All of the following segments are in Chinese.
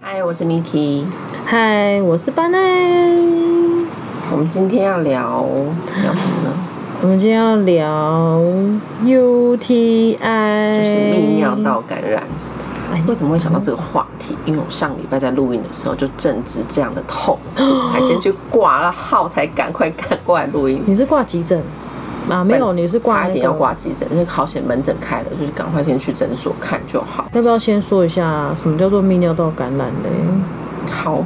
嗨，我是 Miki。嗨，我是班奈。我们今天要聊聊什么呢？我们今天要聊 UTI，就是泌尿道感染。哎为什么会想到这个话题？因为我上礼拜在录音的时候就正值这样的 痛，还先去挂了号，才赶快赶过来录音。你是挂急诊啊？没有，你是挂、那差个、一点要挂急诊，但是好险门诊开了，就是赶快先去诊所看就好。要不要先说一下什么叫做泌尿道感染嘞？好，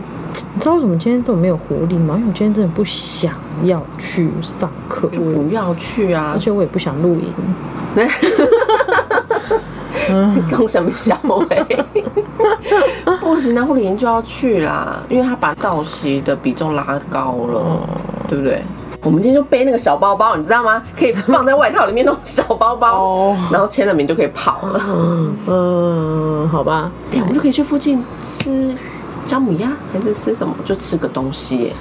你知道为什么今天这么没有活力吗？因为我今天真的不想要去上课，就不要去啊而！且我也不想录影。 动什么小尾？ 不行，那护理研就要去啦，因为他把道席的比重拉高了，对不对？我们今天就背那个小包包，你知道吗？可以放在外套里面那种小包 包哦，然后签了名就可以跑了。嗯，好吧，哎，我们就可以去附近吃姜母鸭，还是吃什么？就吃个东西耶，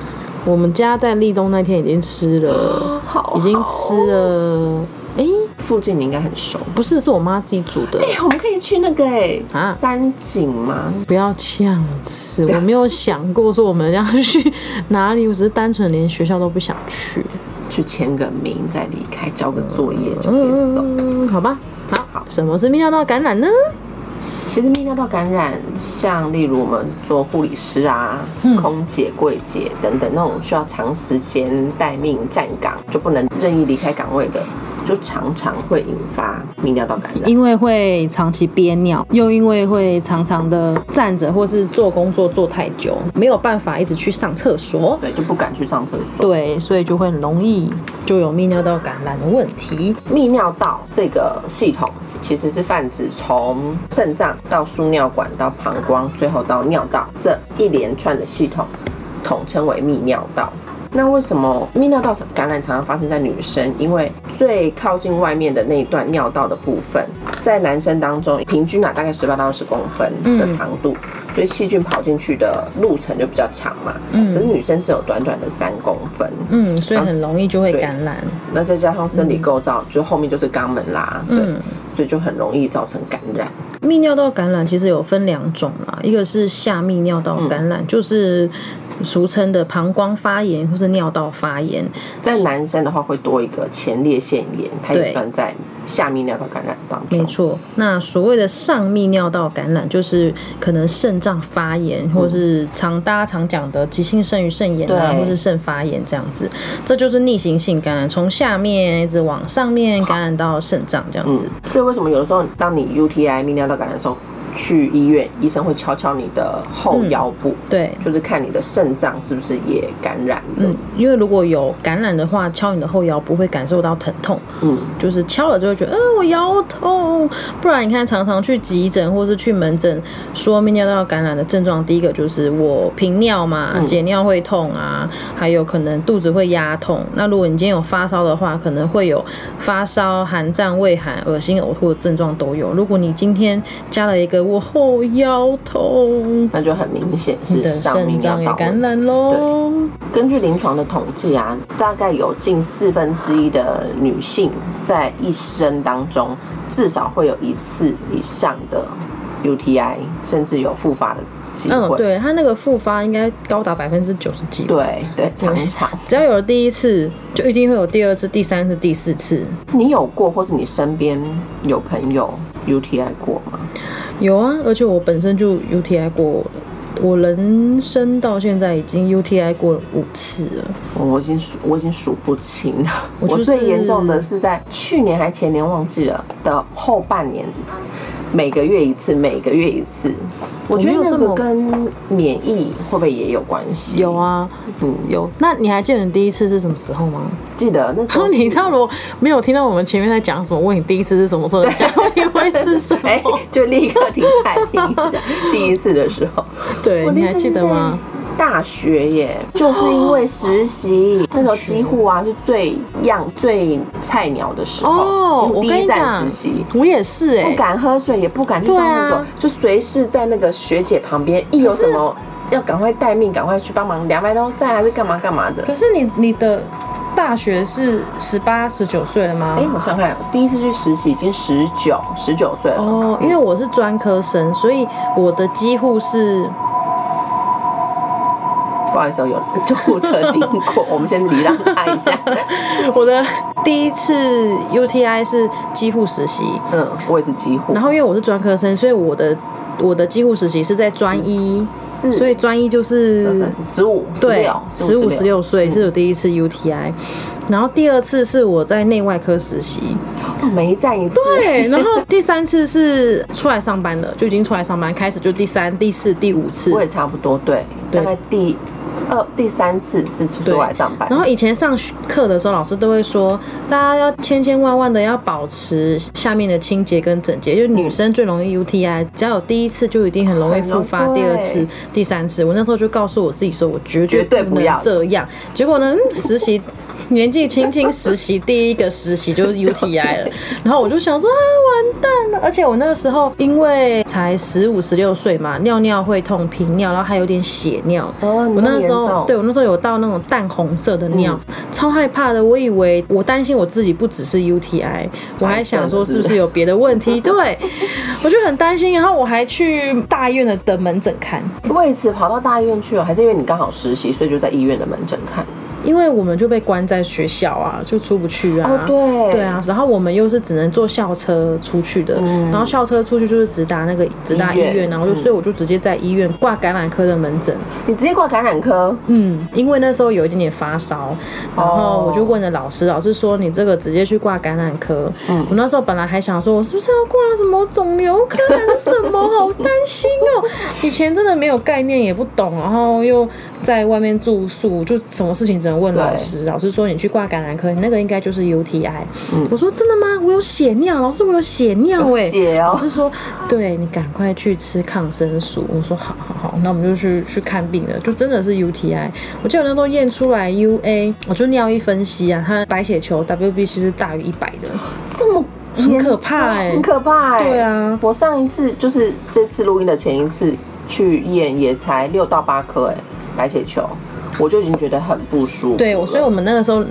我们家在立冬那天已经吃了，哦好已经吃了。哎、附近你应该很熟。不是，是我妈自己煮的。哎，我们可以去那个哎啊三井吗？不要这样子，我没有想过说我们要去哪里，我只是单纯连学校都不想去。去签个名再离开，交个作业就可以走。嗯，好吧。好，好什么是泌尿道感染呢？其实泌尿道感染，像例如我们做护理师啊、空姐、柜姐等等那种需要长时间待命站岗，就不能任意离开岗位的，就常常会引发泌尿道感染。因为会长期憋尿，又因为会常常的站着或是做工作做太久，没有办法一直去上厕所。对，就不敢去上厕所。对，所以就会很容易就有泌尿道感染的问题。泌尿道这个系统其实是泛指从肾脏到输尿管到膀胱，最后到尿道这一连串的系统，统称为泌尿道。那为什么泌尿道感染常常发生在女生？因为最靠近外面的那一段尿道的部分，在男生当中平均啊大概十八到二十公分的长度，所以细菌跑进去的路程就比较长嘛。可是女生只有短短的三公分。嗯，所以很容易就会对感染。那再加上生理构造，就后面就是肛门啦，对，嗯所以就很容易造成感染。泌尿道感染其实有分两种啦，一个是下泌尿道感染，就是俗称的膀胱发炎或是尿道发炎。在男生的话，会多一个前列腺炎，它也对算在下泌尿道感染当中。没错，那所谓的上泌尿道感染，就是可能肾脏发炎，或是常大家常讲的急性肾盂肾炎啊，对或是肾发炎这样子，这就是逆行性感染，从下面一直往上面感染到肾脏这样子。嗯所以为什么有的时候当你 UTI 泌尿道感染的时候，去医院医生会敲敲你的后腰部，对，就是看你的肾脏是不是也感染了。嗯，因为如果有感染的话，敲你的后腰不会感受到疼痛，嗯，就是敲了就会觉得，嗯、我腰痛。不然你看，常常去急诊或是去门诊说泌尿道感染的症状，第一个就是我频尿嘛，嗯解尿会痛啊，还有可能肚子会压痛。那如果你今天有发烧的话，可能会有发烧、寒战、畏寒、恶心、呕吐的症状都有。如果你今天加了一个我后腰痛，那就很明显你是的上泌肾尿脏也道感问题。染喽。根据临床的统计啊，大概有近四分之一的女性在一生当中至少会有一次以上的 UTI，甚至有复发的机嗯，会。对，它那个复发应该高达百分之九十几。对对，常常只要有了第一次，就一定会有第二次、第三次、第四次。你有过，或是你身边有朋友 UTI 过吗？有啊，而且我本身就 UTI 过，我人生到现在已经 UTI 过五次了。我已经数我已经数不清了。我我就是最严重的是在去年还前年忘记了的后半年，每个月一次，每个月一次。我觉得没有那这个么跟免疫会不会也有关系？有，啊，嗯，有。那你还记得你第一次是什么时候吗？记得那时候是哦 你知道如果没有听到我们前面在讲什么，问你第一次是什么时候，你讲你会是什 么？哎，就立刻停下来听一下第一次的时候。对，我你第一还次记是得吗？哦在大学耶，就是因为实习，那时候几乎啊是最样最菜鸟的时候，哦，几乎我第跟一你站讲实习。，我也是哎、不敢喝水，也不敢去对上啊厕所，就随时在那个学姐旁边，一有什么要赶快待命，赶快去帮忙量麦当赛还是干嘛干嘛的。可是你你的大学是十八十九岁了吗？哎、我想想看，第一次去实习已经十九十九岁了，哦哦，因为我是专科生，所以我的几乎是 话的时候有救护车经过，我们先礼让他一 下。我的第一次 UTI 是几乎实习，嗯，我也是几乎然后因为我是专科生，所以我的我的几乎实习是在专一，四，所以专一就是十五、十对六、十五十六，六岁是我第一次 UTI，然后第二次是我在内外科实习，哦，每一站一次。对，然后第三次是出来上班了，就已经出来上班，开始就第三、第四、第五次我。也差不多，对，对大概第二、第三次是出对出来上班，然后以前上学课的时候，老师都会说，大家要千千万万的要保持下面的清洁跟整嗯洁，就是女生最容易 UTI，只要有第一次就一定很容易复发，很容易第二次、第三次。我那时候就告诉我自己说，我绝绝对不不要能这样。结果呢，嗯实习。年纪轻轻实习，第一个实习就是 UTI 了，然后我就想说啊，完蛋了！而且我那个时候因为才十五十六岁嘛，尿尿会痛，频尿，然后还有点血尿，哦你我那那么时严候重对我那时候有到那种淡红色的尿，超害怕的。我以为我担心我自己不只是 UTI，我还想说是不是有别的问题？对，我就很担心。然后我还去大医院的的门诊看，为此跑到大医院去了，还是因为你刚好实习，所以就在医院的门诊看。因为我们就被关在学校啊，就出不去啊。哦对对啊。然后我们又是只能坐校车出去的，然后校车出去就是直达那个直嗯达医医院，嗯院然后就、所以我就直接在医院挂感染科的门诊。你直接挂感染科，嗯，因为那时候有一点点发烧，然后我就问了老师，老师说你这个直接去挂感染科。嗯，我那时候本来还想说，我是不是要挂什么肿瘤科还是什么，好担心哦。以前真的没有概念，也不懂，然后又在外面住宿，就什么事情只能问老师。老师说你去挂感染科，你那个应该就是 UTI。我说真的吗？我有血尿，老师我有血尿哎、有血哦老师说，对你赶快去吃抗生素。我说好好好，那我们就去去看病了，就真的是 UTI。我记得我那时候验出来 UA，我就尿液分析啊，它白血球 WBC 是大于一百的。这么很可严重怕欸很可怕哎、对啊我上一次就是这次录音的前一次去验，也才六到八颗哎、白血球，我就已经觉得很不舒服了。对，我所以我们那个时候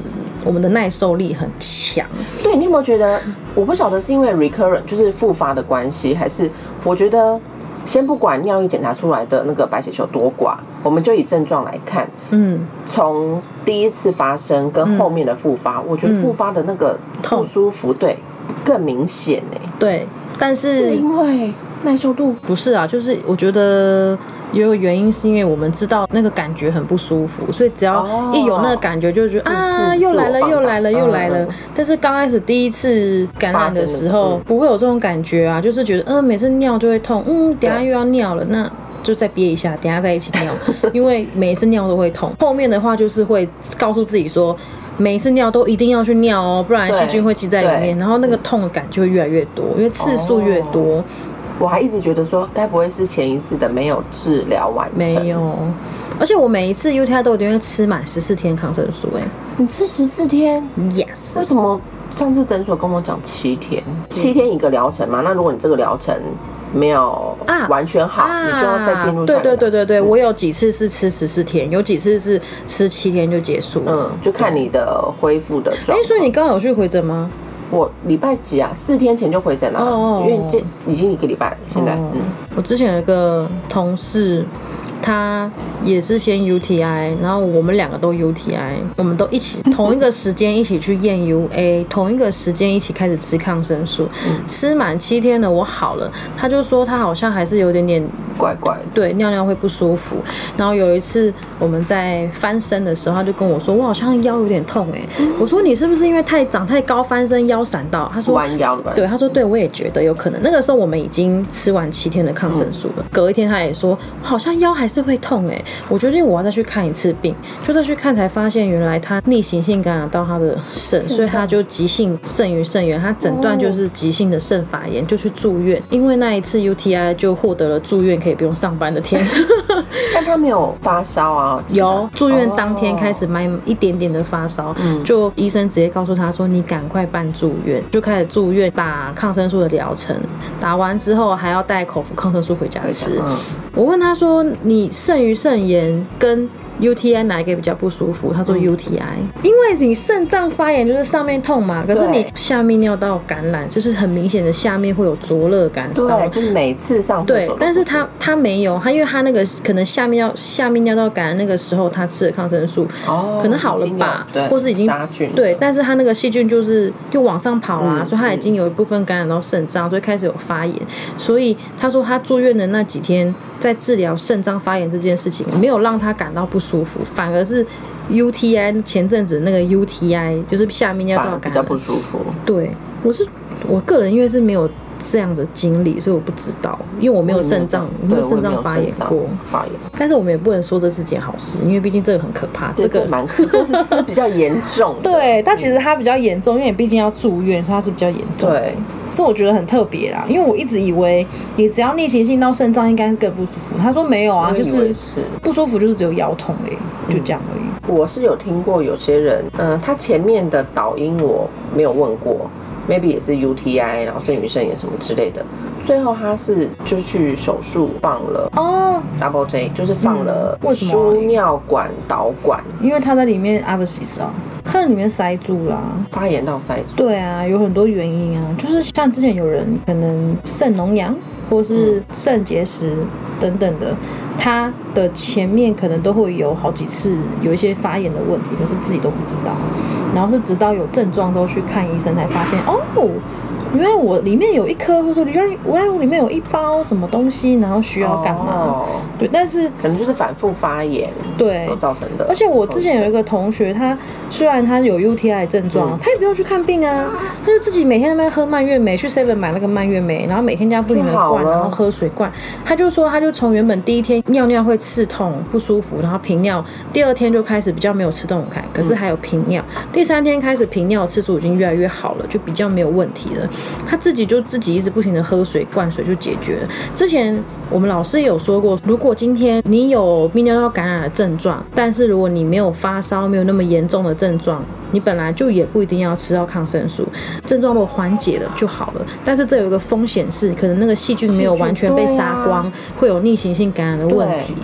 我们的耐受力很强。对你有没有觉得？我不晓得是因为 recurrent 就是复发的关系，还是我觉得先不管尿液检查出来的那个白血球多寡，我们就以症状来看，嗯，从第一次发生跟后面的复发，嗯我觉得复发的那个痛不舒服对更明显哎、对，但是是因为耐受度不是啊，就是我觉得有一个原因是因为我们知道那个感觉很不舒服，所以只要哦一有那个感觉就觉得、自啊自又来了自我放大又来了又来了。嗯但是刚开始第一次感染发的时生的时候候嗯不会有这种感觉啊，就是觉得嗯、每次尿就会痛，嗯等一下对又要尿了那。就再憋一下，等一下再一起 尿，因为每一次尿都会痛。后面的话就是会告诉自己说，每一次尿都一定要去尿哦，不然对细菌会积在里面，对然后那个痛的感就会越来越多，因为次数越多。哦我还一直觉得说，该不会是前一次的没有治疗完成？没，有，而且我每一次 UTI 都一定会吃满十四天抗生素、欸。你吃十四天， yes，为什么上次诊所跟我讲七天？七天一个疗程嘛？那如果你这个疗程没有啊完全好，你就要再进入下对一个嗯对对对对，我有几次是吃十四天，有几次是吃七天就结束。嗯，嗯，就看你的恢复的状哎、况。所以你刚好有去回诊吗？我礼拜几啊？四天前就回诊了、哦哦哦因为这已经一个礼拜了，现在、哦嗯，我之前有一个同事，他也是先 UTI，然后我们两个都 UTI，我们都一起同一个时间一起去验 UA，同一个时间一起开始吃抗生素，嗯吃满七天了，我好了，他就说他好像还是有点点怪怪的。对，尿尿会不舒服。然后有一次我们在翻身的时候，他就跟我说，我好像腰有点痛哎、我说你是不是因为太长太高翻身腰闪到？他说。弯腰的关系对，，他说，对我也觉得有可能。那个时候我们已经吃完七天的抗生素了，隔一天他也说，好像腰还是会痛哎、我决定我要再去看一次病，就再去看才发现原来他逆行性感染到他的肾，所以他就急性肾盂肾炎，他诊断就是急性的肾发炎，就去住院。因为那一次 UTI 就获得了住院可以不用上班的天。但他没有发烧啊。其他有住院当天开始慢一点点的发烧，就医生直接告诉他说你赶快办住院，就开始住院打抗生素的疗程，打完之后还要带口服抗生素回家哦吃。嗯我问他说你肾盂肾炎跟 UTI 哪一个比较不舒服？他说 UTI，、因为你肾脏发炎就是上面痛嘛，可是你对下面尿道感染，就是很明显的下面会有灼热感、烧对，就每次上厕所对都，但是他他没有，他因为他那个可能下面要下面尿道感染那个时候，他吃了抗生素，哦可能好了吧已经有对，或是已经杀菌对，但是他那个细菌就是就往上跑啦、嗯所以他已经有一部分感染到肾脏，啊所以开始有发炎。所以他说他住院的那几天，在治疗肾脏发炎这件事情，没有让他感到不舒服，反而是 UTI 前阵子那个 UTI 就是下面尿反道而感比较染，不舒服。对，我是我个人因为是没有这样的经历，所以我不知道，因为我没有肾脏，嗯对有我肾也没脏有发肾炎脏过。发炎，但是我们也不能说这是件好事，因为毕竟这个很可怕。对，这这个蛮 这是是比较严重的。对，但其实它比较严重，因为你毕竟要住院，所以它是比较严重。，对，所以我觉得很特别啦，因为我一直以为你只要逆行性到肾脏应该更不舒服，他说没有啊，我就以为是是不舒服就是只有腰痛哎、就这样而已。我是有听过有些人，嗯、他前面的导因我没有问过，maybe 也是 UTI，然后是女生也什么之类的。最后他是就去手术放了哦， double J，就是放了嗯为什么啊输尿管导管因为他在里面阿不西斯啊，看里面塞住啦、发炎到塞住。对啊，有很多原因啊，就是像之前有人可能肾脓疡或是肾结石等等的，他的前面可能都会有好几次有一些发炎的问题，可是自己都不知道，然后是直到有症状之后去看医生才发现哦。原来我里面有一颗，或者说原来原来我里面有一包什么东西，然后需要干嘛？哦对，但是可能就是反复发炎对所造成的。而且我之前有一个同学，他虽然他有 UTI 症嗯状，他也不用去看病啊，他就自己每天在那边喝蔓越莓，去 Seven 买那个蔓越莓，然后每天加布林的就好罐，了然后喝水罐。他就说，他就从原本第一天尿尿会刺痛不舒服，然后频尿，第二天就开始比较没有刺痛感，可是还有频尿，第三天开始频尿的次数已经越来越好了，就比较没有问题了。他自己就自己一直不停的喝水灌水就解决了。之前我们老师有说过，如果今天你有泌尿道感染的症状，但是如果你没有发烧，没有那么严重的症状，你本来就也不一定要吃到抗生素，症状如果缓解了就好了。但是这有一个风险是，可能那个细菌没有完全啊被杀光，会有逆行性感染的问题。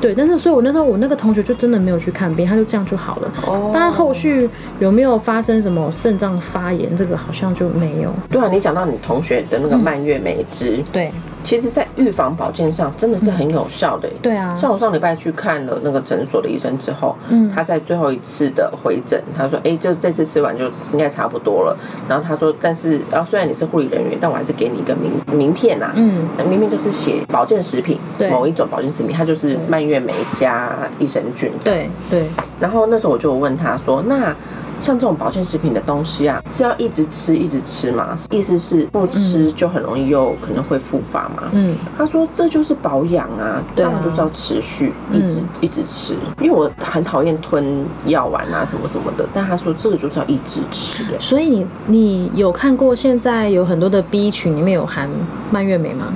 对，但是所以，我那时候我那个同学就真的没有去看病，他就这样就好了。哦但后续有没有发生什么肾脏发炎，这个好像就没有。对啊，你讲到你同学的那嗯个蔓越莓汁，对，其实，在预防保健上真的是很有效的耶。欸对啊像我上礼拜去看了那个诊所的医生之后，嗯，他在最后一次的回诊，他说：“哎、就这次吃完就应该差不多了。”然后他说：“但是，啊，虽然你是护理人员，但我还是给你一个名名片呐、啊。”嗯，名片就是写保健食品，对某一种保健食品，它就是蔓越莓加益生菌这样。对对，然后那时候我就有问他说：“那像这种保健食品的东西啊，是要一直吃一直吃吗？意思是不吃就很容易又可能会复发吗？”嗯，他说这就是保养啊，对啊嗯当然就是要持续一直、一直吃，因为我很讨厌吞药丸啊什么什么的，但他说这个就是要一直吃、欸所以你你有看过现在有很多的 B 群里面有含蔓越莓吗？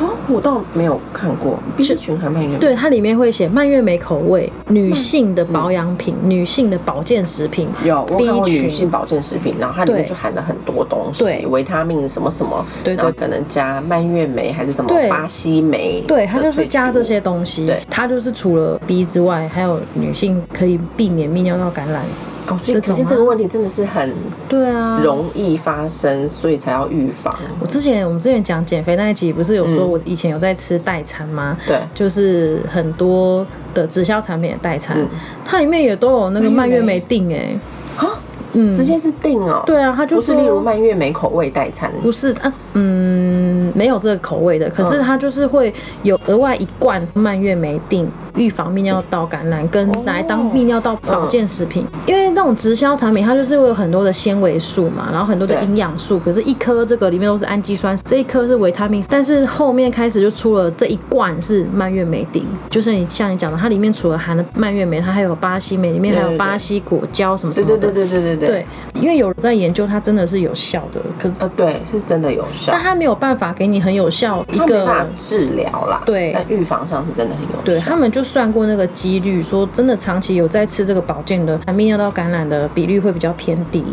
哦，我倒没有看过 B 群还蛮有，对，它里面会写蔓越莓口味，女性的保养品、女性的保健食品。有我看 B 过女群性保健食品，然后它里面对就含了很多东西，对维他命什么什么，对对然后可能加蔓越莓还是什么对巴西莓，对，它就是加这。些东西对，它就是除了 B 之外，还有女性可以避免泌尿道感染。哦，所以可这种啊见吗这个问题真的是很对啊，容易发生，所以才要预防。我之前我们之前讲减肥那一集，不是有嗯说我以前有在吃代餐吗？对就是很多的直销产品的代餐，嗯它里面也都有那个蔓蔓越越莓莓定哎、啊，嗯，直接是定哦。对啊，它就不是例如说蔓越莓口味代餐，不是啊，嗯，没有这个口味的，可是嗯它就是会有额外一罐蔓越莓定，预防泌尿道感染，跟来当泌尿道保健食品。嗯因为那种直销产品，它就是会有很多的纤维素嘛，然后很多的对营养素，可是一颗这个里面都是氨基酸，这一颗是维他命，但是后面开始就出了这一罐是蔓越莓定，就是你像你讲的，它里面除了含了蔓越莓，它还有巴西莓，里面还对对对有巴西果胶什么什对么的。对对对对对对，因为有人在研究，它真的是有效的，可呃，对，是真的有效但，他没有办法给你很有效一它没办个法。治疗啦，对但预防上是真的很有效。对他们就算过那个几率，说真的，长期有在吃这个保健的，泌尿道感染的比率会比较偏低。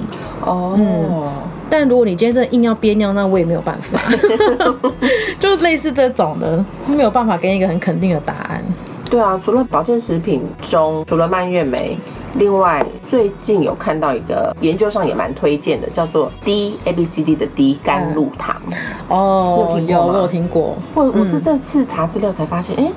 哦，但如果你今天真的硬要憋尿，那我也没有办 法，就类似这种的，没有办法给你一个很肯定的答案。对啊，除了保健食品中，除了蔓越莓，另外最近有看到一个研究上也蛮推荐的，叫做 D A B C D 的 D 甘露糖。哦，你有听过有吗我有听过，我我是这次查资料才发现，哎、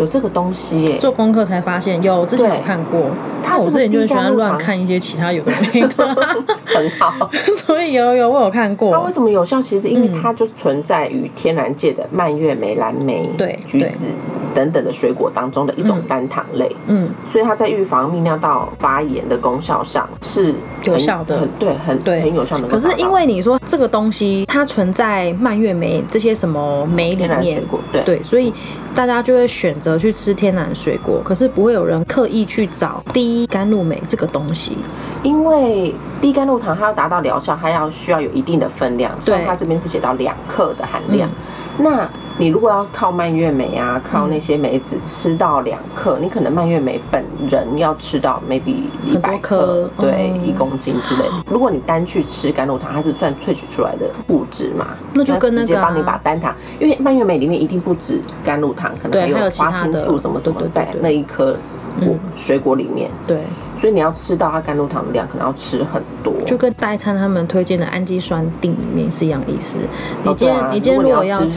有这个东西耶、做功课才发现有，之前有对看过。它但这我之个前就是低喜甘欢露乱糖看一些其他有的没的， 很好。所以有有我有看它过为。什么有效？其实因为嗯它就存在于天然界的蔓越莓、蓝莓、对橘子等等的水果当中的一种单糖类，嗯，所以它在预防泌尿道发炎的功效上是很有效的很对，很对很有效的。可是因为你说这个东西它存在蔓越莓这些什么莓里天然水面，果，对对，所以大家就会选择去吃天然水果，可是不会有人刻意去找低甘露镁这个东西。因为低甘露糖它要达到疗效，它要需要有一定的分量，对嗯像它这边是写到两克的含量。那你如果要靠蔓越莓啊，靠那些梅子吃到两克，你可能蔓越莓本人要吃到 maybe 一很多百颗克，对，嗯一公斤之类的。如果你单去吃甘露糖，它是算萃取出来的物质嘛，那就跟那个直啊接帮你把单糖，因为蔓越莓里面一定不止甘露糖，可对能还还有有其他花的青素什么什对么对对嗯在对那一颗果水果里面。对，所以你要吃到它甘露糖的量，可能要吃很多。就跟代餐他们推荐的氨基酸锭里面是一样意思。你今天、哦对啊今天如如果你要吃吃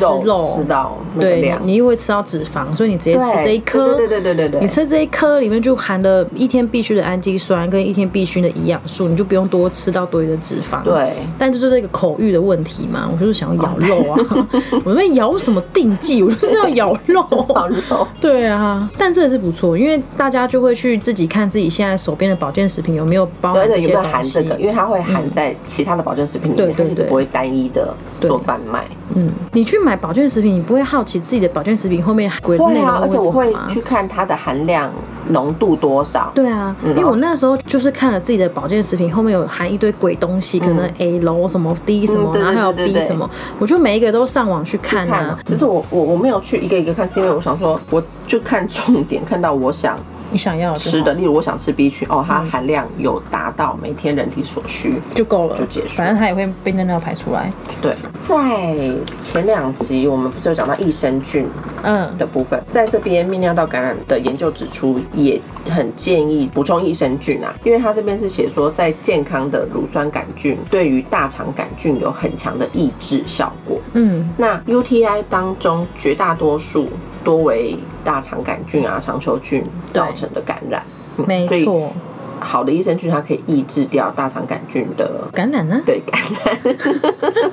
吃到那个对量，，你又会吃到脂肪，所以你直接对吃这一颗。对对对对对对，你吃这一颗里面就含了一天必须的氨基酸跟一天必须的营养素，你就不用多吃到多余的脂肪。对，但这就是一个口欲的问题嘛，我就是想要咬肉啊， 我在咬什么定剂，我就是要咬肉。 好肉。对啊，但这也是不错，因为大家就会去自己看自己现在手边的保健食品有没有包含对这对，有些没有东含西。嗯这个？因为它会含在其他的保健食品里对面，它对其实对不会单一的做贩卖。嗯，你去买保健食品，你不会好奇自己的保健食品后面规内会容啊，而为且我什么会吗？去看它的含量浓度多少。对啊，嗯因哦为我那时候就是看了自己的保健食品，后面有含一堆鬼东西，可能 A 楼什么 D 什嗯么，对然后还有对对 B 对什么，我就每一个都上网去看看啊啊。，只是我我我没有去一个一个看，是因为我想说，我就看重点，看到我想你想要就吃好的，例如我想吃 B 群，哦，嗯它含量有达到每天人体所需。就够了，就结束反正它也会被尿尿排出来。对，在前两集我们不是有讲到益生菌嗯，的部分，在这边泌尿道感染的研究指出，也很建议补充益生菌啊，因为它这边是写说，在健康的乳酸杆菌对于大肠杆菌有很强的抑制效果。嗯，那 UTI 当中，绝大多数多为大肠杆菌啊、肠球菌造成的感染。嗯没所以错，好的益生菌它可以抑制掉大肠杆菌的感染呢、啊？对感染。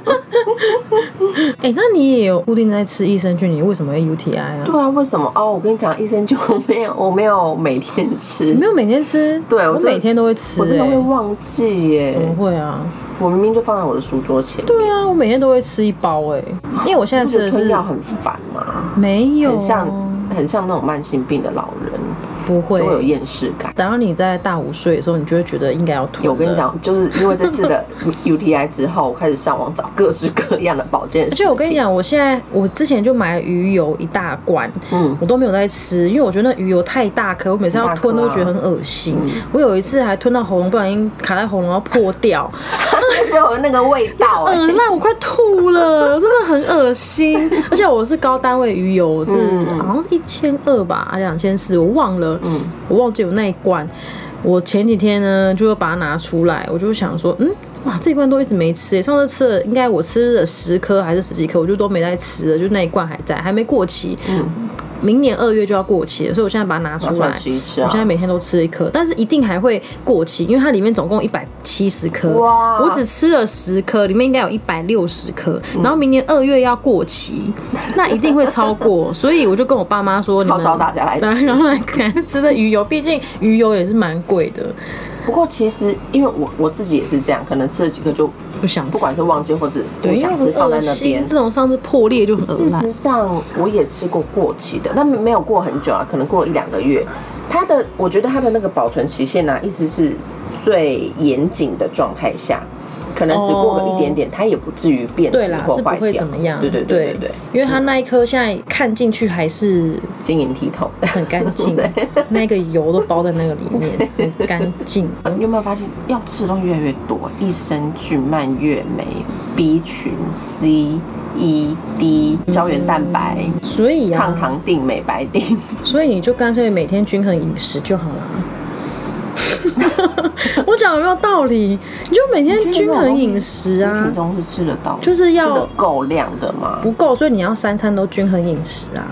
哎、那你也有固定在吃益生菌，你为什么会 UTI 啊？对啊，为什么？哦，我跟你讲，益生菌我 没有，我没有每天吃你，没有每天吃？对我我真的每天都会吃、我真的会哎忘记怎么耶。会啊？我明明就放在我的书桌前，对啊，我每天都会吃一包哎、因为我现在吃这啊的吞是哦药很烦嘛，没有，很像很像那种慢性病的老人，不会就会有厌世感。等到你在大五岁的时候，你就会觉得应该要吐。有跟你，讲，就是因为这次的 UTI 之后，我开始上网找各式各样的保健而食且我跟你品。讲，我现在我之前就买了鱼油一大罐，嗯，我都没有在吃，因为我觉得那鱼油太大颗，我啊嗯每次要吞都觉得很恶心。我有一次还吞到喉咙，不小心卡在喉咙要破 掉，就有那个味 道、哎恶烂，我快吐了，真的很恶心。而且我是高单位鱼油，这好像是一千二吧，还两千四，我忘了，我忘记有那一罐。我前几天呢，就把它拿出来，我就想说，嗯。哇，这一罐都一直没吃欸耶，上次吃了应该我吃了十颗还是十几颗，我就都没再吃了，就那一罐还在，还没过期。明年二月就要过期了，所以我现在把它嗯拿出拿出来来吃一吃啊我现在每天都吃一颗，但是一定还会过期，因为它里面总共一百七十颗。哇我只吃了十颗，里面应该有一百六十颗，嗯然后明年二月要过 期，那一定会超过，所以我就跟我爸妈说，你们号召大家来吃 然后来看吃的鱼油，毕竟鱼油也是蛮贵的，不过其实因为我我自己也是这样，可能吃了几个就不想吃。不管是忘记或者不对，因为想吃，很放在恶那心边，这。种上次破裂就很恶事心。实上，我也吃过过期的，但没有过很久啊，可能过了一两个月。它的，我觉得它的那个保存期限呢、一直是最严谨的状态下，可能只过个一点点，它也不至于变对质啦，或是不坏会掉怎么样。。对对对对对，因为它那一颗现在看进去还是晶莹剔透。很干 净，那个油都包在那个里面，很干净。你有没有发现，要吃的东西越来越多？益生菌、蔓越莓、B 群、C、 ED、胶原蛋白、所以抗啊，糖定、美白定，所以你就干脆每天均衡饮食就好了。 我讲有没有道理？你就每天均衡饮食食啊品，中是吃得到，就是要吃得够量的嘛。不够，所以你要三餐都均衡饮食啊，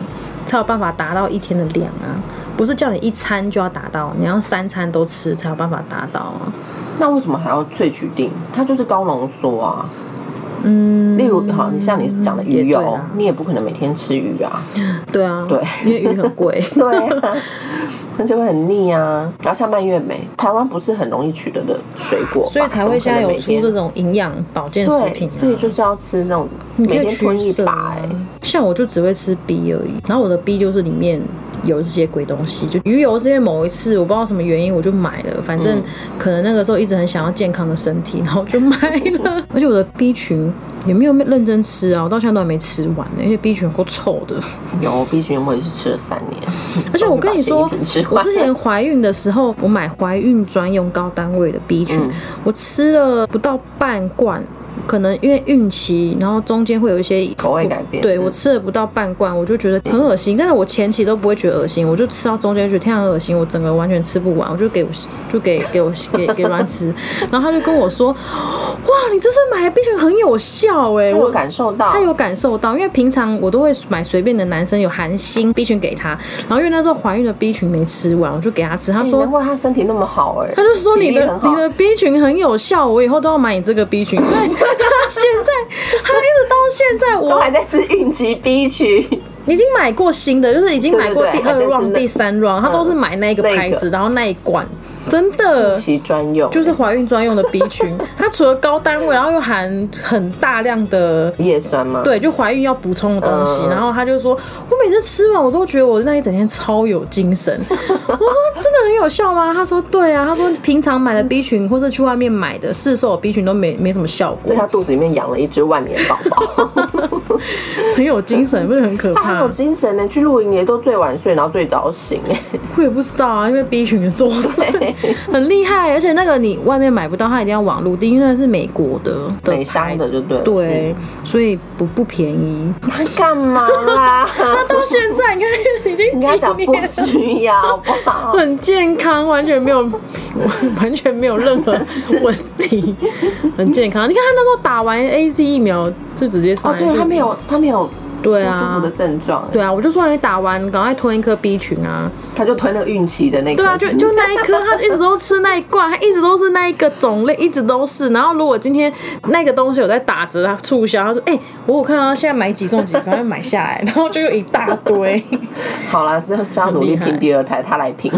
才有办法达到一天的量啊。不是叫你一餐就要达到，你要三餐都吃才有办法达到啊。那为什么还要萃取定？它就是高浓缩啊。嗯，例如，好，你像你讲的也鱼对油，啊你也不可能每天吃鱼啊。对啊，对因为鱼很 贵。对啊，那就会很腻啊。然后像蔓越莓，台湾不是很容易取得的水果吧，所以才会现在有怎么出可能每这天种营养保健食品、对，啊，所以就是要吃那种你可每以天吞取一舍、把、啊欸。。像我就只会吃 B 而已，然后我的 B 就是里面有这些鬼东西，就鱼油是因为某一次我不知道什么原因我就买了，反正可能那个时候一直很想要健康的身体，然后就买了。 而且我的 B 群也没有认真吃啊，我到现在都还没吃完呢、因为 B 群够臭的。有 B 群，我也是吃了三年。而且我跟你 终于说把前一瓶吃，我完之前怀孕的时候，我买怀孕专用高单位的 B 嗯群，我吃了不到半罐，可能因为孕期，然后中间会有一些口味改变对嗯我吃了不到半罐，我就觉得很恶心，但是我前期都不会觉得恶心，我就吃到中间就觉得天啊很恶心，我整个完全吃不完，我就给我就给给我给给乱吃， 然后他就跟我说， 哇，你这次买的 B 群很有效 哎、我我有感受到，他有感受到，因为平常我都会买随便的男生有含锌 B 群给他，然后因为那时候怀孕的 B 群没吃完，我就给他吃。他哎说，难怪他身体那么好哎、他就说比你例的很好你的 B 群很有效，我以后都要买你这个 B 群。对，他现在他一直到现在都我还在吃孕期 B 群，已经买过新的，就是已经买过对第对对二还在吃 round、那嗯第三 round，他都是买那个那个牌子，然后那一罐，真的孕。期专用就是怀孕专用的 B 群，它除了高单位，然后又含很大量的叶酸嘛。，对，就怀孕要补充的东西。嗯然后他就说，我每次吃完，我都觉得我那一整天超有精神。 我说真的很有效吗？他说对啊，他说平常买的 B 群或是去外面买的市售的 B 群都没没什么效所果以，他肚子里面养了一只万年宝 宝，很有精神，不是很可他很怕有？精神呢、去露营也都最晚睡，然后最早醒哎、我也不知道啊，因为 B 群的作祟 很厉害，而且那个你外面买不到，它一定要网络订，因为那是美国的的美商牌的就 对了。对，所以不不 便宜。他干嘛 啦？到现在你看已经人家讲几不年了需要，好不 好？很健康，完全没有，完全没有任何问题，很健康。你看他那时候打完 A Z 疫苗就直接哦，上来就，对他没有，他没有对不舒啊服的，症状，对啊，我就说你打完赶快吞一颗 B 群啊，他就吞了孕期的那个，对啊，就就那一颗，他一直都吃那一罐，他一直都是那一个种类，一直都是。然后如果今天那个东西有在打折，他促销，他说哎、我有看到他现在买几送几，赶快买下来，然后就有一大堆。 好啦，之后就要努力很厉害拼第二胎，他来拼。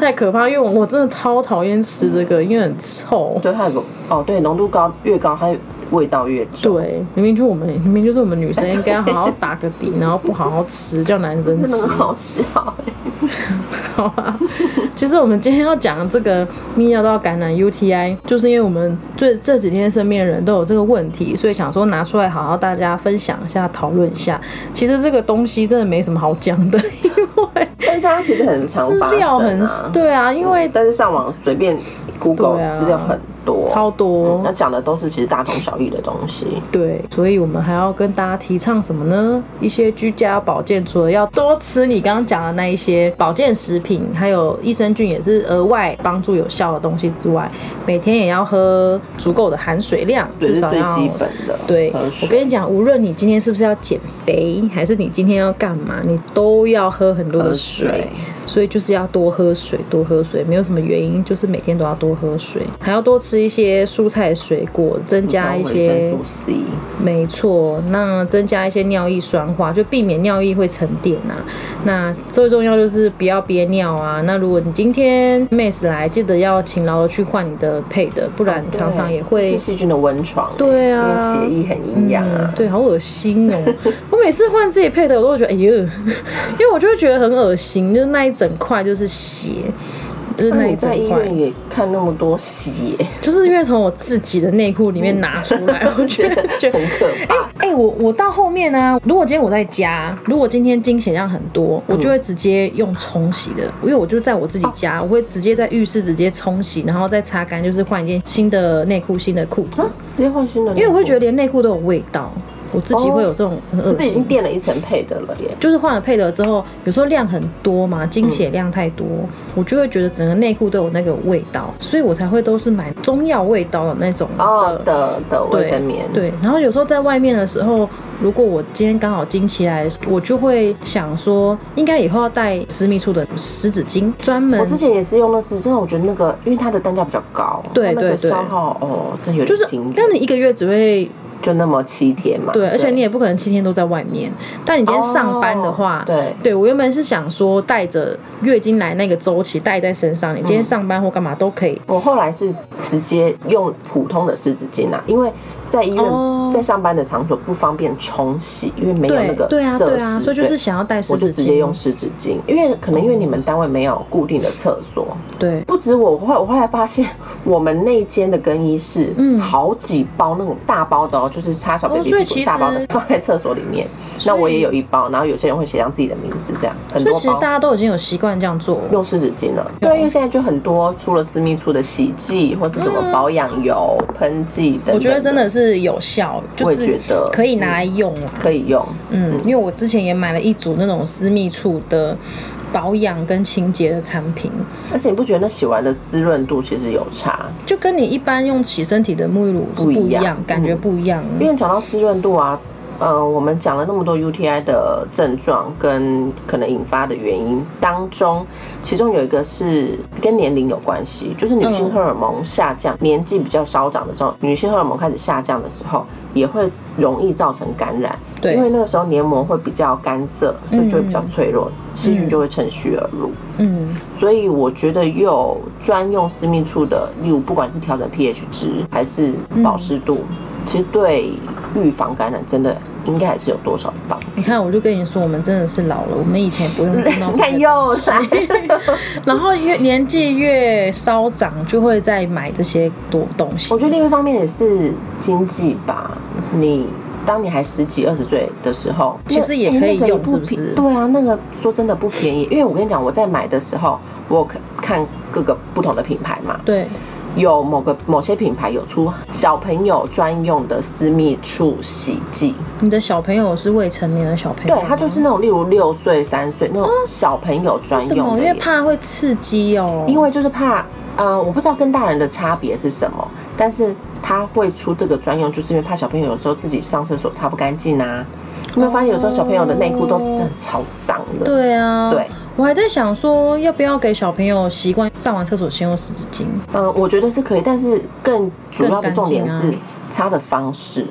太可怕，因为我我真的超讨厌吃这个，因为很臭。对，它有个哦，对，浓度高越高，它味道越重。对，明明就我们，明明就是我们女生应该好好打个底，然后不好好吃，叫男真生的吃很，好笑欸、好吧？其实我们今天要讲这个泌尿道感染 UTI，就是因为我们这这几天身边的人都有这个问题，所以想说拿出来好好大家分享一下、讨论一下。其实这个东西真的没什么好讲的，因为但是它其实很常发资生、料啊，嗯很对啊，因为但是上网随便对 Google 啊资料很多，超多。那讲的都是其实大同小异的东西。对，所以我们还要跟大家提倡什么呢？一些居家保健，除了要多吃你刚刚讲的那一些保健食品，还有益生菌也是额外帮助有效的东西之外，每天也要喝足够的含水量，这至是少最要基本的，对，喝我水跟你讲，无论你今天是不是要减肥，还是你今天要干嘛，你都要喝很多的水，喝水所以就是要多喝水，多喝水，没有什么原因，就是每天都要多喝水，还要多吃一些蔬菜水果，增加一像维生些素 C，没错，那增加一些尿液酸化，就避免尿液会沉淀啊。那最重要就是不要憋尿啊。那如果你今天 mes 来，记得要勤劳的去换你的配的，不然常常也会哦对是细菌的温床欸，对啊因为血液很营养啊嗯。对，好恶心哦！我每次换自己配的，我都会觉得哎呦， 因为我就会觉得很恶心，就是那一整块就是血，就是那嗯那你一整在医块，院也看那么多血，就是因为从我自己的内裤里面拿出 来，我觉得觉得很可怕。哎、我我到后面呢、如果今天我在家，如果今天经血量很多，嗯我就会直接用冲洗的，因为我就在我自己哦家，我会直接在浴室直接冲洗，然后再擦干，就是换一件新的内裤、新的裤子，哦直接换新的内裤，因为我会觉得连内裤都有味道。我自己会有这种很恶可哦是已心经。垫了一层配的了耶。就是换了配得之后，有时候量很多嘛，经血量太多，我就会觉得整个内裤都有那个味道，所以我才会都是买中药味道的那种哦的的的卫生棉，对，然后有时候在外面的时候，如果我今天刚好经期来，我就会想说，应该以后要带私密处的湿纸巾，专门我之前也是用的是，真的，我觉得那个因为它的单价比较高，对它那个对对消耗哦，真的有就点是惊，但人，你一个月只会就那么七天嘛。对，而且你也不可能七天都在外面。但你今天上班的话哦，对对我原本是想说带着月经来那个周期带在身嗯上，你今天上班或干嘛都可以。我后来是直接用普通的湿纸巾啊，因为在医院、哦在上班的场所不方便冲洗，因为没有那对个对啊设对施，啊，所以就对是想要带湿我就纸直接用巾。湿纸巾，因为可能因为你们单位没有固定的厕所，对，不止我，我后来我后来发现我们那间的更衣室，嗯，好几包那种大包的哦，就是擦小哦 baby 所以屁其股实大包的放在厕所里面。所那以我也有一包，然后有些人会写上自己的名字，这样很所多以其实大包。家都已经有习惯这样做了。用湿纸巾了，对，因为现在就很多出了私密处的洗剂或是什么保养油、喷剂等等。我觉得真的是有效，就我也是觉得可以拿来用啊。可以用，嗯，因为我之前也买了一组那种私密处的保养跟清洁的产品，而且你不觉得那洗完的滋润度其实有差？就跟你一般用洗身体的沐浴乳是不不一一样样，感觉嗯不一样。因为讲到滋润度啊，呃，我们讲了那么多 UTI 的症状跟可能引发的原因当中，其中有一个是跟年龄有关系，就是女性嗯荷尔蒙下降，年纪比较稍长的时候，女性荷尔蒙开始下降的时候，也会容易造成感染。对因为那个时候黏膜会比较干涩，所以就会比较脆弱，细菌就会趁虚而入。嗯，所以我觉得有专用私密处的，例如不管是调整 pH 值还是保湿度，嗯其实对预防感染真的应该还是有多少帮 助。你看，我就跟你说，我们真的是老了，我们以前不 用用到你这看个。又来，然后越年纪越稍长，就会再买这些多东 西。我觉得另一方面也是经济吧，你。当你还十几二十岁的时候，其实也那可以哎那个用不是不便是对啊，那个说真的不便宜，因为我跟你讲，我在买的时候，我看看各个不同的品牌嘛，对，有某个某些品牌有出小朋友专用的私密处洗剂，你的小朋友是未成年的小朋友对吗，，它就是那种例如六岁、三岁那种小朋友专什用么？的因耶，为怕会刺激哦。因为就是怕，呃，我不知道跟大人的差别是什么，但是它会出这个专用，就是因为怕小朋友有时候自己上厕所擦不干净啊。有没有发现有时候小朋友的内裤都真的超脏的？对啊，对，我还在想说，要不要给小朋友习惯上完厕所先用湿纸巾？呃，我觉得是可以，但是更主要的更干净重点啊是擦的方式。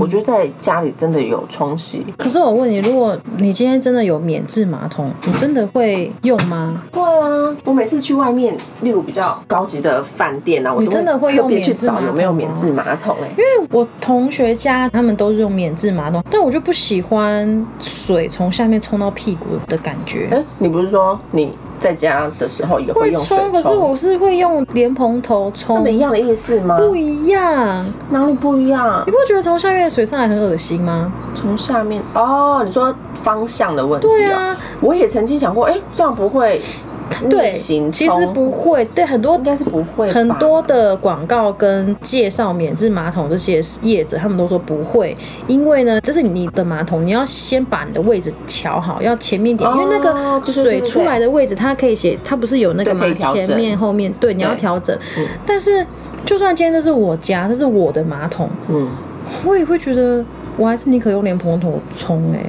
我觉得在家里真的有冲洗，可是我问你，如果你今天真的有免治马桶，你真的会用吗？会啊，我每次去外面，例如比较高级的饭店啊，我你都会真的会特用别去免治马找桶啊有没有吗免治马桶哎、因为我同学家他们都是用免治马桶，但我就不喜欢水从下面冲到屁股的感觉。哎、你不是说你在家的时候也会会啊用水冲，可冲？是我是会用莲蓬头那冲么，一样的意思吗？不一样。哪里不一样你？不觉得从下面的水上来很恶心吗？从下面哦，你说方向的问题、哦。对啊，我也曾经想过，哎、这样不会对，逆行其实冲不会，对很多应该是不会吧，很多的广告跟介绍免治马桶这些业者，他们都说不会，因为呢，这是你的马桶，你要先把你的位置调好，要前面一点，哦因为那个对对对对水对出来的位置，它可以写，它不是有那个对可嘛以，调整前面后面，对，你要对嗯调整。但是就算今天这是我家，这是我的马桶，嗯，我也会觉得我还是宁可用莲蓬头冲哎、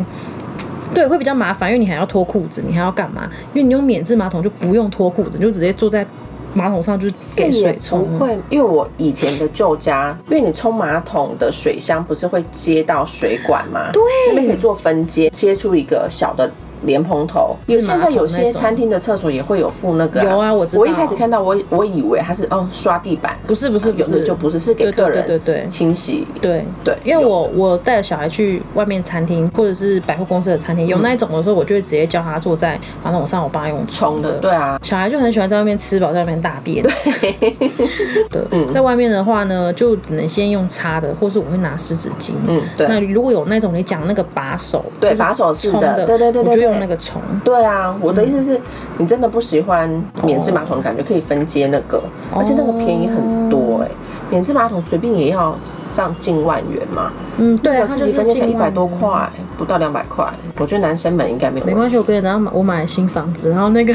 对，会比较麻烦，因为你还要脱裤子，你还要干嘛？因为你用免治马桶就不用脱裤子，你就直接坐在马桶上就是是给也水不冲。啊会，因为我以前的旧家，因为你冲马桶的水箱不是会接到水管吗？对，那边可以做分接，接出一个小的。莲蓬头，有是马现桶在有些那种餐厅的厕所也会有附那个、有啊我知道我一开始看到我我以为它是哦刷地板，不是不是不啊有的是，就不是是给对客对人对对对清洗。对对因为有我我带小孩去外面餐厅或者是百货公司的餐厅，有那一种的时候，我就会直接叫他坐在马桶上，我帮他用冲冲的的。对啊，小孩就很喜欢在外面吃饱，在外面大便。的，嗯在外面的话呢，就只能先用擦的，或是我会拿湿纸巾。嗯对那如果有那种你讲那个把手，对就是把手式的冲的，对对对对我就对用那个冲。对啊，我的意思是，你哦真的不喜欢免治马桶的感觉，可以分接那个，而且那个便宜很多哎、免治马桶随便也要上近万元嘛，嗯，对啊，它自就己是分钱一近万百多块，不到两百块。我觉得男生们应该没有没问关题。系，我跟你讲，我买新房子，然后那个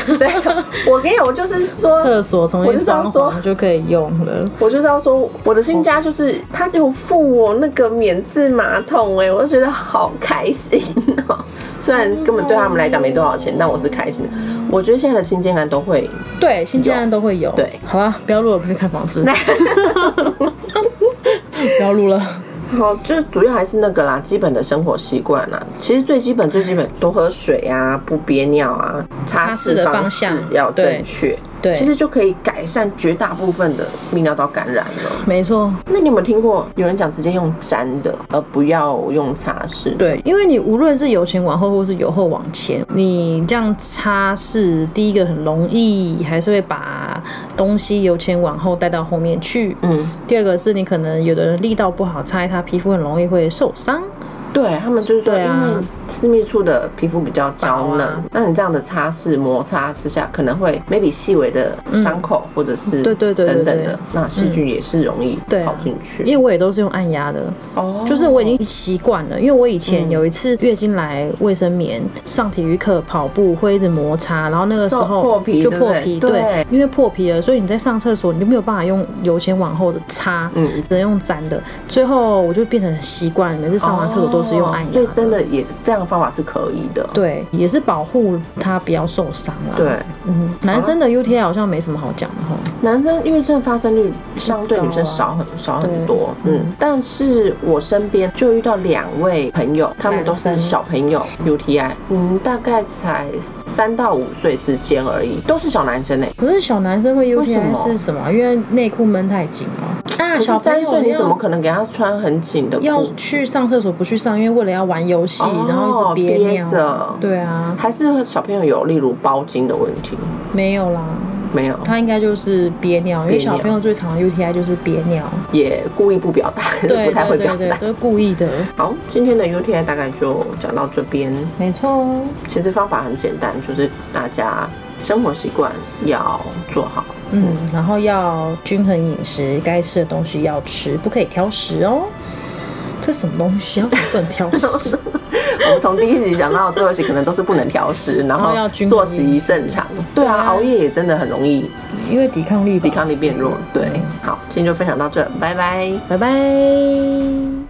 我跟你讲，我就是说， 厕所重我新就这样装说潢就可以用了。我就是要说，我的新家就是他有付我那个免治马桶、哎，我就觉得好开心哦、虽然根本对他们来讲没多少钱，但我是开心的。我觉得现在的新建案都会，对，新建案都会有。对，好啦，不要录了，不去看房 子。 不要录 了。好，哦就是主要还是那个啦，基本的生活习惯啦。其实最基本最基本，多喝水啊，不憋尿啊，擦哎拭的方式向要对正确，对其实就可以改善绝大部分的泌尿道感染了。没错，那你有没有听过有人讲直接用粘的，而不要用擦拭？对，因为你无论是由前往后，或是由后往前，你这样擦拭，第一个很容易，还是会把东西由前往后带到后面去。嗯，第二个是你可能有的人力道不好，擦一擦皮肤很容易会受伤。对他们就是说，对啊因为私密处的皮肤比较娇嫩，薄啊那你这样的擦拭摩擦之下，可能会 maybe 细微的伤口、或者是嗯对对对对等等对的，那细菌也是容易对啊跑进去。因为我也都是用按压的，哦，嗯就是我已经习惯了，因为我以前有一次月经来卫生棉，上体育课跑步会一直摩擦，然后那个时候受破皮就对不破对皮，对对，因为破皮了，所以你在上厕所你就没有办法用由前往后的擦，嗯只能用粘的。最后我就变成习惯，每次上完厕所都是用按压、哦所以真。的也这样的方法是可以的。对，也是保护它不要受伤啦。，对，啊嗯，男生的 UTI 好像没什么好讲的哈。男生因为这发生率相对女生少很少很多，嗯，但是我身边就遇到两位朋友，他们都是小朋友 UTI，嗯，大概才三到五岁之间而已，都是小男生哎、可是小男生会为什 UTI 么是什么？因为内裤闷太紧了。啊，可是小朋三友岁你要怎么可能给他穿很紧的要裤？去上厕所不去上，因为为了要玩游戏，哦然后一直憋憋尿。着对啊，还是小朋友有例如包茎的问题？没有啦，没有，他应该就是憋尿，因为憋尿小朋友最常的 UTI 就是憋尿。也故意不表达，对不太会对表对对，达。都是故意的，好，今天的 UTI 大概就讲到这边。没错哦。其实方法很简单，就是大家生活习惯要做好。嗯，然后要均衡饮食，该吃的东西要吃，不可以挑食哦。这什么东西啊？不能挑食。 我们从第一集讲到最后一集，可能都是不能挑食，然然后后哦要均衡作息正常。对啊，熬夜也真的很容易因为抵抗力吧，抵抗力变弱。对，好，今天就分享到这，拜拜。拜拜。